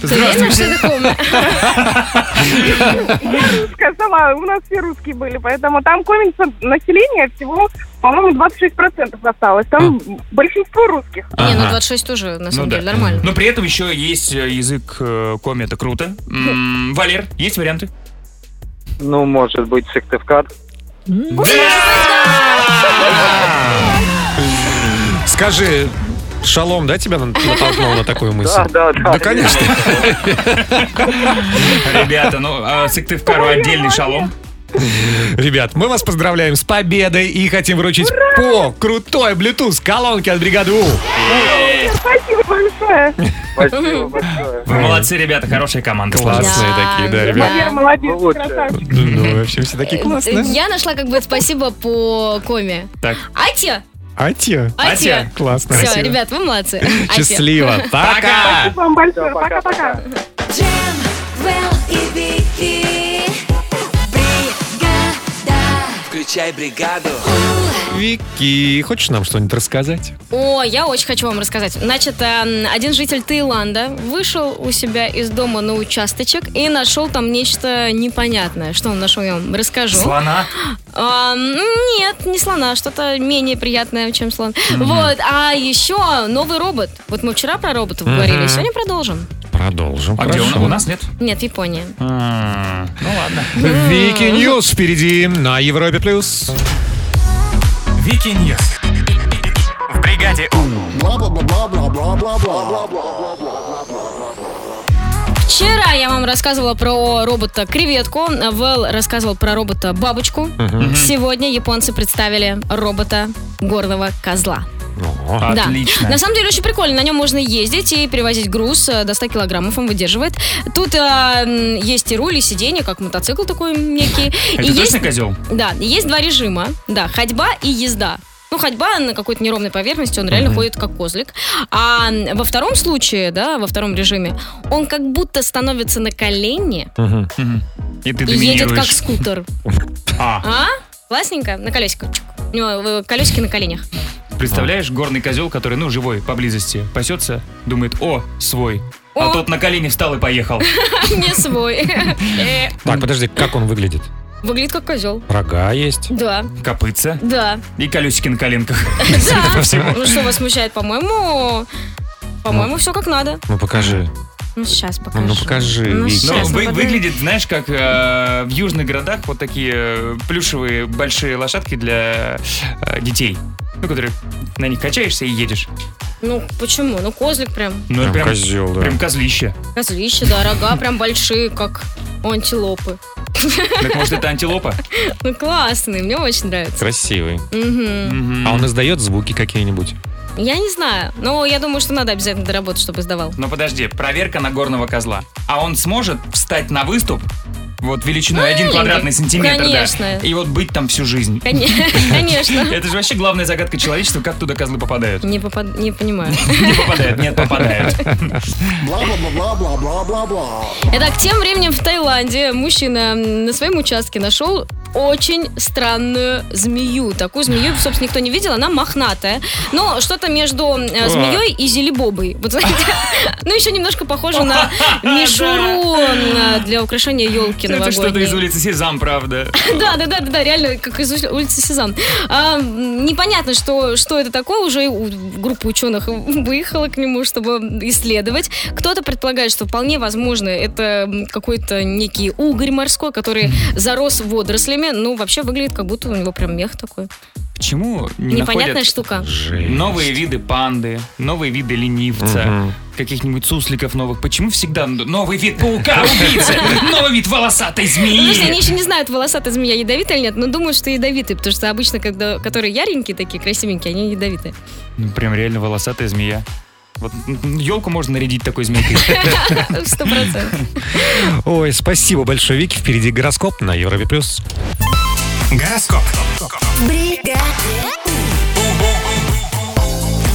Ты уверена, что это коми? Я русская сама, у нас все русские были, поэтому там комиксов населения всего, по-моему, 26% осталось. Там большинство русских.
Не, ну
Ага.
26 тоже, на самом
Ну да.
деле, нормально.
Но при этом еще есть э, язык э, коми, это круто. М, Валер, есть варианты?
Ну, может быть, сыктывкар.
Скажи, шалом, да, тебя на- натолкнул на такую мысль?
Да, да, да.
Да, конечно.
Ребята, ну, а Сыктывкару отдельный шалом.
Ребят, мы вас поздравляем с победой и хотим вручить по крутой Bluetooth колонке от бригады У.
Спасибо большое.
Спасибо большое.
Вы молодцы, ребята, хорошая команда.
Классные
сложилась.
такие, да, ребята.
Валера,
э,
молодец, красавчик.
Ну, вообще все такие классные.
Э, Я нашла как бы спасибо по коме.
Так.
Ате!
А те?
А те?
Классно.
Все, ребят, а вы молодцы. Ате.
Счастливо. Пока.
Спасибо вам большое. Пока-пока.
Включай бригаду.
Вики, хочешь нам что-нибудь рассказать?
О, я очень хочу вам рассказать. Значит, эм, один житель Таиланда вышел у себя из дома на участочек и нашел там нечто непонятное. Что он нашел, я вам расскажу.
Слона?
А, м, нет, не слона, что-то менее приятное, чем слон. Вот, а еще новый робот. Вот мы вчера про роботов
Мгм.
говорили, сегодня продолжим.
Продолжим.
А где он?
Хорошо.
У нас нет?
Нет, в Японии.
М, Ну ладно.
Вики Ньюс впереди на Европе плюс.
Вики Ньюс. В бригаде
Вчера я вам рассказывала про робота креветку, Вэл рассказывал про робота бабочку.
Мгм.
Сегодня японцы представили робота горного козла.
О,
Да. На самом деле очень прикольно. На нем можно ездить и перевозить груз э, до 100 килограммов. Он выдерживает. Тут э, м, есть и руль, и сиденье, как мотоцикл такой некий. и
Это
есть,
точно козел?
Да, и есть два режима. Да, ходьба и езда. Ну, ходьба на какой-то неровной поверхности, он реально
Мгм.
ходит как козлик. А м, во втором случае, да, во втором режиме, он как будто становится на колени
Мгм. И ты
и едет как
доминируешь.
скутер.
А,
А? Классненько? На колесиках. Чук. У него э, колесики на коленях. А.
представляешь, горный козел, который, ну, живой, поблизости, пасется, думает, о, свой. А
О.
тот на колени встал и поехал.
Не свой. Э,
Так, подожди, как он выглядит?
Выглядит как козел.
Рога есть?
Да.
Копытца
Да.
и колесики на коленках.
Да.
всего.
Ну что вас смущает? По-моему, по-моему, все как надо.
Ну покажи.
Ну сейчас покажу.
Ну покажи,
Ну,
Вики.
Ну,
Сейчас
вы-
нападаю.
выглядит, знаешь, как э, в южных городах вот такие э, плюшевые большие лошадки для э, детей. Ну, которые на них качаешься и едешь.
Ну почему? Ну козлик прям,
Ну,
Прям
прям,
козел, да.
прям козлище.
козлище, да, рога прям большие, как у антилопы.
Так может, это антилопа?
Ну классный, мне очень нравится.
Красивый.
Мгм.
А он издает звуки какие-нибудь?
Я не знаю, но я думаю, что надо обязательно доработать, чтобы сдавал.
Но подожди, проверка на горного козла. А он сможет встать на выступ? Вот величиной один
Маленький.
квадратный сантиметр,
Конечно.
да. И вот быть там всю жизнь.
Коне- Конечно.
Это же вообще главная загадка человечества, как туда козлы попадают.
Не, попад- не понимаю.
Не попадают, нет, попадают.
Итак, тем временем в Таиланде мужчина м, на своем участке нашел очень странную змею. Такую змею, собственно, никто не видел, она мохнатая. Но что-то между
А.
э, змеей и зелебобой. Вот знаете, ну еще немножко похоже на мишуру м, для украшения елки
Это что-то из
новогодней.
улицы Сезам, правда.
Да, да, да, да, да, реально, как из ули- улицы Сезам. А, м, непонятно, что, что это такое, уже у- группа ученых выехала к нему, чтобы исследовать. Кто-то предполагает, что вполне возможно, это м, какой-то некий угорь морской, который зарос водорослями, ну, вообще выглядит, как будто у него прям мех такой.
Почему не
Непонятная
находят
штука.
новые виды панды, новые виды ленивца,
Мгм.
каких-нибудь сусликов новых? Почему всегда новый вид паука-убийцы, новый вид волосатой
Слушай, Ну, они
змеи?
еще не знают, волосатая змея ядовитая или нет, но думают, что ядовитые, потому что обычно, когда, которые яренькие такие, красивенькие, они ядовитые.
Ну, прям реально волосатая змея. Вот елку можно нарядить такой змейкой.
Сто процентов.
Ой, спасибо большое, Вики. Впереди гороскоп на Европе плюс.
Гороскоп.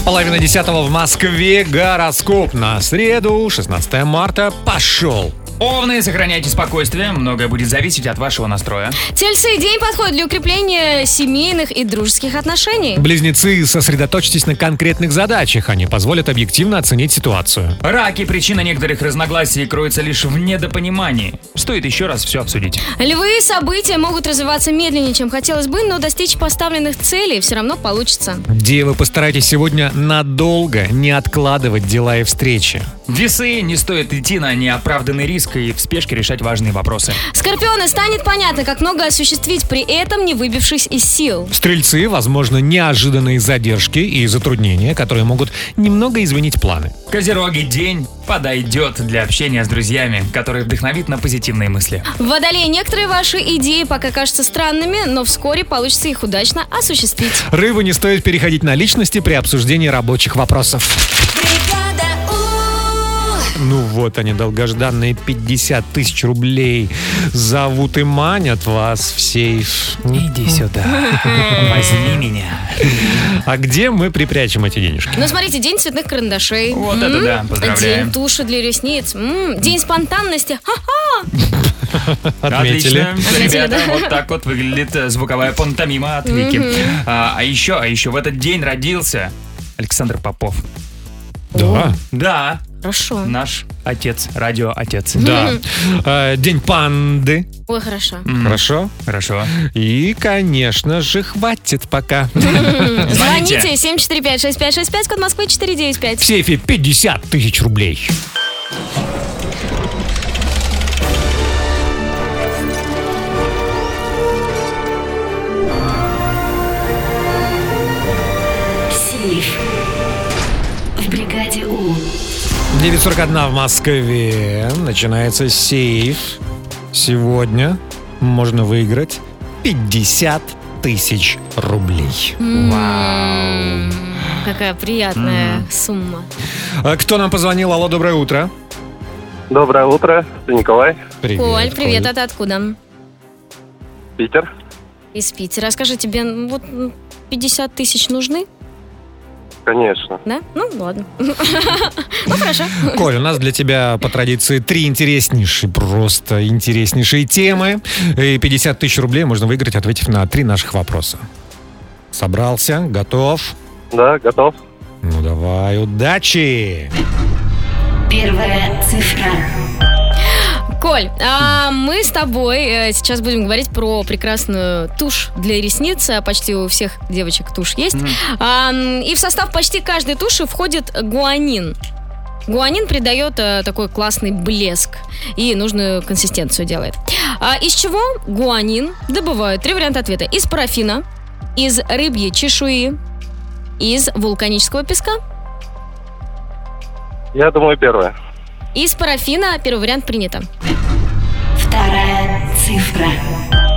Половина десятого в Москве. Гороскоп на среду, 16 марта. Пошел!
Овны, сохраняйте спокойствие, многое будет зависеть от вашего настроя.
Тельцы день подходит для укрепления семейных и дружеских отношений.
Близнецы, сосредоточьтесь на конкретных задачах. Они позволят объективно оценить ситуацию.
Раки, причина некоторых разногласий кроется лишь в недопонимании. Стоит еще раз все обсудить.
Львы события могут развиваться медленнее, чем хотелось бы, но достичь поставленных целей все равно получится.
Девы, постарайтесь сегодня надолго не откладывать дела и встречи.
Весы, не стоит идти на неоправданный риск и в спешке решать важные вопросы.
Скорпионы станет понятно, как много осуществить, при этом не выбившись из сил.
Стрельцы, возможно, неожиданные задержки и затруднения, которые могут немного изменить планы.
Козероги, день подойдет для общения с друзьями, который вдохновит на позитивные мысли.
Водолей, некоторые ваши идеи пока кажутся странными, но вскоре получится их удачно осуществить.
Рыбы не стоит переходить на личности при обсуждении рабочих вопросов. Ну вот они, долгожданные 50 тысяч рублей. Зовут и манят вас в сейф.
Иди сюда. Возьми меня.
А где мы припрячем эти денежки?
Ну, смотрите, день цветных карандашей.
Вот это
М,
да, поздравляем.
День туши для ресниц. М, День спонтанности. Ха-ха!
Отметили.
Отлично.
Отметили,
Ребята,
да.
вот так вот выглядит э, звуковая пантомима от Вики.
Мгм.
А, а еще, а еще в этот день родился Александр Попов.
Да.
Да.
Хорошо.
Наш отец, радиоотец.
Да. Э, День панды.
Ой, хорошо.
Хорошо?
Хорошо.
И, конечно же, хватит пока.
Звоните 745-6565, код Москвы 495.
В сейфе 50 тысяч рублей.
Сейф. В бригаде У.
9.41 в Москве. Начинается сейф. Сегодня можно выиграть 50 тысяч рублей.
Вау. Какая приятная сумма.
А Кто нам позвонил? Алло, доброе утро.
Доброе утро, это Николай,
Коль, привет, а ты откуда?
Питер.
Из Питера. Скажи, тебе м, вот м, 50 тысяч нужны?
Конечно.
Да? Ну, ладно. Ну, хорошо.
Коль, у нас для тебя по традиции три интереснейшие, просто интереснейшие темы. И 50 тысяч рублей можно выиграть, ответив на три наших вопроса. Собрался, готов?
Да, готов.
Ну давай, удачи!
Первая цифра.
Коль, а мы с тобой э, сейчас будем говорить про прекрасную тушь для ресниц. А Почти у всех девочек тушь есть. А, м, и в состав почти каждой туши входит гуанин. Гуанин придает э, такой классный блеск и нужную консистенцию делает. А из чего гуанин добывают? Три варианта ответа. Из парафина, из рыбьей чешуи, из вулканического песка.
Я думаю, первое.
Из парафина первый вариант принято.
Вторая цифра.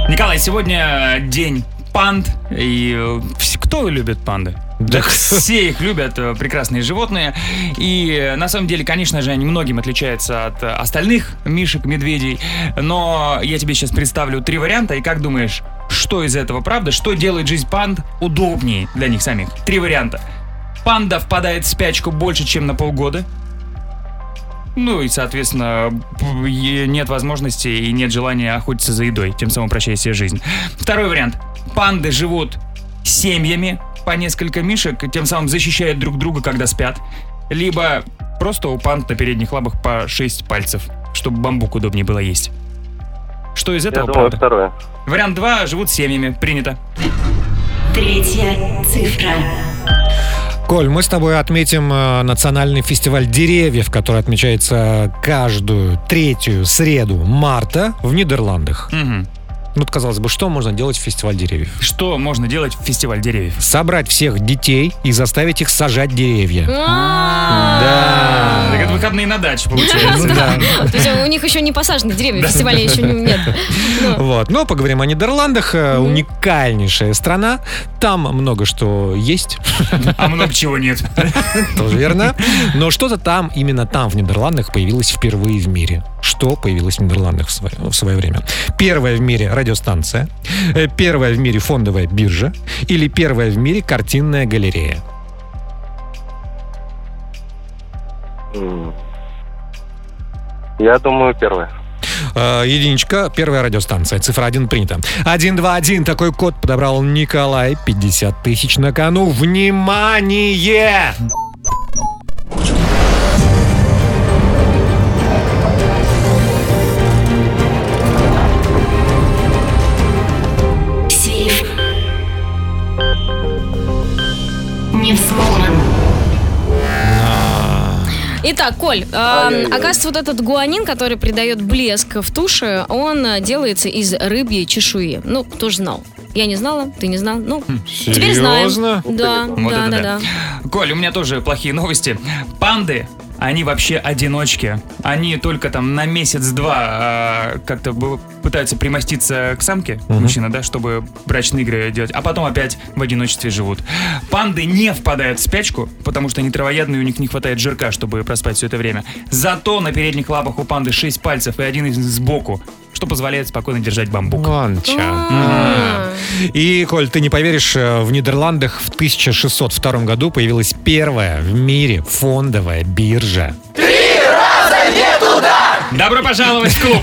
Николай, сегодня день панд. И э, вс- кто любит панды? Да все их любят, э, прекрасные животные. И э, на самом деле, конечно же, они многим отличаются от э, остальных мишек, медведей. Но я тебе сейчас представлю три варианта. И как думаешь, что из этого правда? Что делает жизнь панд удобнее для них самих? Три варианта. Панда впадает в спячку больше, чем на полгода. Ну и, соответственно, п- е- нет возможности и нет желания охотиться за едой, тем самым прощая себе жизнь. Второй вариант. Панды живут семьями по несколько мишек, и тем самым защищают друг друга, когда спят. Либо просто у панд на передних лапах по 6 пальцев, чтобы бамбук удобнее было есть. Что из
Я
этого
думаю,
правда?
второе.
Вариант 2. Живут семьями. Принято.
Третья цифра.
Коль, мы с тобой отметим э, национальный фестиваль деревьев, который отмечается каждую третью среду марта в Нидерландах. Ну, вот, казалось бы, что можно делать в фестиваль деревьев?
Что можно делать в фестиваль деревьев?
Собрать всех детей и заставить их сажать деревья. Да. Ну
Так это выходные на даче, получается.
Да.
То есть у них еще не посажены деревья,
Да.
фестиваля еще не- нет.
Вот. Но поговорим о Нидерландах. Э, Уникальнейшая страна. Там много что есть.
А много чего нет.
Тоже верно. Но что-то там, именно там, в Нидерландах, появилось впервые в мире. Что появилось в Нидерландах в свое, в свое время? Первая в мире радиостанция, э, первая в мире фондовая биржа или первая в мире картинная галерея?
М. Я думаю, первое.
Э, Единичка, первая радиостанция, цифра 1 принята. 121, такой код подобрал Николай, 50 тысяч на кону. Внимание!
Сейф. Не взломан.
Итак, Коль, э, оказывается, вот этот гуанин, который придает блеск в туши, он э, делается из рыбьей чешуи. Ну, кто ж знал? Я не знала, ты не знал. Ну, теперь знаем.
Серьезно?
Да,
Хм, Вот
да,
это
да, да.
Коль, у меня тоже плохие новости. Панды, они вообще одиночки. Они только там на месяц-два а, как-то бы- пытаются примоститься к самке, мужчина, да, чтобы брачные игры делать, а потом опять в одиночестве живут. Панды не впадают в спячку, потому что они травоядные, у них не хватает жирка, чтобы проспать все это время. Зато на передних лапах у панды 6 пальцев и один из них сбоку, что позволяет спокойно держать бамбук.
И, Коль, ты не поверишь, э, в Нидерландах в 1602 году появилась первая в мире фондовая биржа.
Добро пожаловать в клуб!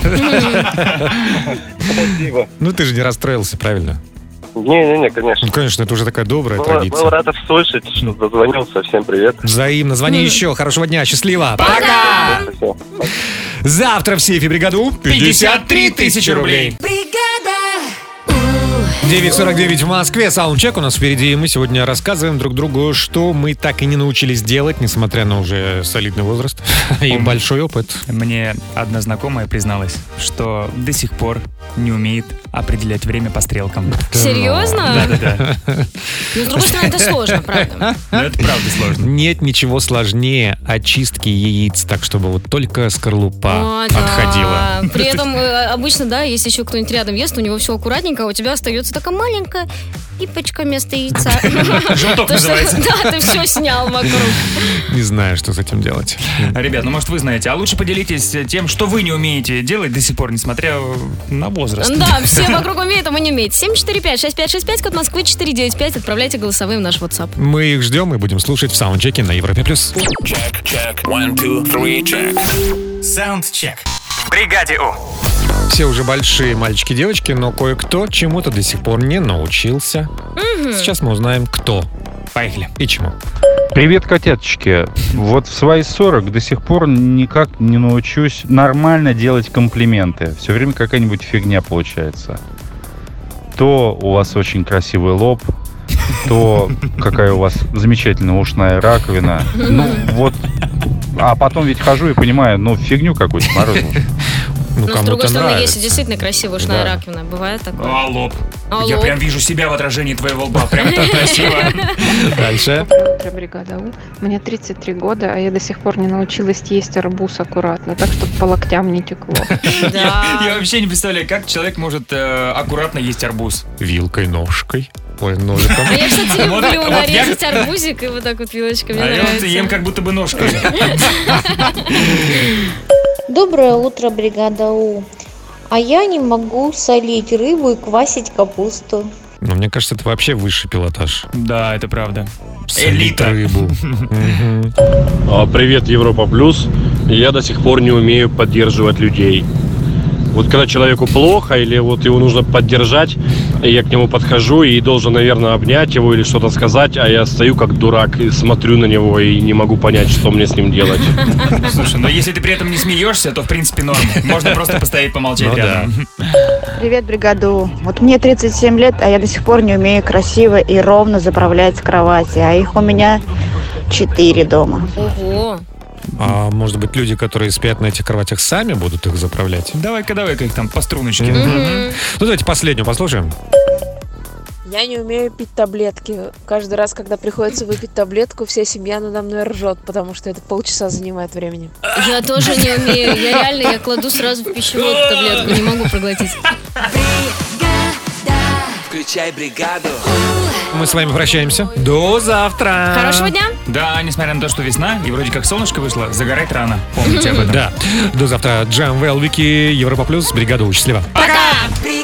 Спасибо.
Ну, ты же не расстроился, правильно?
Не-не-не, конечно.
Ну, конечно, это уже такая добрая
Был,
традиция.
был рад их слышать, что дозвонился. Всем привет.
Взаимно. Звони еще. Хорошего дня. Счастливо.
Спасибо.
Завтра в сейфе бригаду
53 тысячи рублей.
9.49 в Москве. Саундчек у нас впереди. И мы сегодня рассказываем друг другу, что мы так и не научились делать, несмотря на уже солидный возраст и большой опыт.
Мне одна знакомая призналась, что до сих пор не умеет определять время по стрелкам.
Серьезно?
Да-да-да.
Ну, с другой стороны, это сложно, правда.
Но Ну, это правда сложно.
Нет ничего сложнее очистки яиц, так чтобы вот только скорлупа
А,
О, да.
отходила.
При этом э, обычно, да, если еще кто-нибудь рядом ест, у него все аккуратненько, а у тебя остается такая маленькая пипочка вместо яйца.
Желток
То, что-
называется.
Да, ты все снял вокруг.
Не знаю, что с этим делать.
Ребят, ну может вы знаете, а лучше поделитесь тем, что вы не умеете делать до сих пор, несмотря э, на возраст.
Да, все вокруг умеют, а вы не умеете. 745-6565, код Москвы 495. Отправляйте голосовые в наш WhatsApp.
Мы их ждем и будем слушать в саундчеке на Европе+. плюс.
Саундчек. В бригаде У.
Все уже большие мальчики и девочки, но кое-кто чему-то до сих пор не научился. Сейчас мы узнаем, кто.
Поехали.
И чему.
Привет, котяточки. Вот в свои 40 до сих пор никак не научусь нормально делать комплименты. Все время какая-нибудь фигня получается. То у вас очень красивый лоб, то какая у вас замечательная ушная раковина. Ну вот, а потом ведь хожу и понимаю, ну фигню какую-то морозил.
Ну,
Но с другой стороны, если действительно красивая ушная
Да.
раковина, бывает такое.
А лоб.
А
Я
лоб?
прям вижу себя в отражении твоего лба. Прям так красиво.
Дальше.
утро, бригада У. Мне 33 года, а я до сих пор не научилась есть арбуз аккуратно, так, чтобы по локтям не текло.
Я я вообще не представляю, как человек может э, аккуратно есть арбуз.
Вилкой, ножкой. Ой, ножиком.
А я, кстати,
Вот-
люблю
вот я-
нарезать арбузик и вот так вот вилочкой. Мне
А я вот ем
нравится.
как будто бы ножкой.
Доброе утро, бригада У. А я не могу солить рыбу и квасить капусту.
Но мне кажется, это вообще высший пилотаж.
Да, это правда.
Элита. рыбу. Мгм.
А, Привет, Европа Плюс. Я до сих пор не умею поддерживать людей. Вот когда человеку плохо или вот его нужно поддержать, и я к нему подхожу и должен, наверное, обнять его или что-то сказать, а я стою как дурак и смотрю на него и не могу понять, что мне с ним делать.
Слушай, но если ты при этом не смеешься, то в принципе норм. Можно просто постоять помолчать
Ну да.
рядом.
Привет, бригаду. Вот мне 37 лет, а я до сих пор не умею красиво и ровно заправлять кровати, а их у меня 4 дома.
Ого.
А может быть, люди, которые спят на этих кроватях, сами будут их заправлять?
Давай-ка, давай-ка их там по струночке.
Ну, давайте последнюю послушаем.
Я не умею пить таблетки. Каждый раз, когда приходится выпить таблетку, вся семья надо мной ржет, потому что это полчаса занимает времени.
Я тоже не умею. Я реально, я кладу сразу в пищевод таблетку, не могу проглотить.
А.
Включай бригаду.
Мы с вами прощаемся. До завтра.
Хорошего дня.
Да, несмотря на то, что весна, и вроде как солнышко вышло, загорать рано. Помните об этом.
Да. До завтра. Джам Вики, Европа Плюс, Бригада У. Счастливо.
Пока! Бригаду!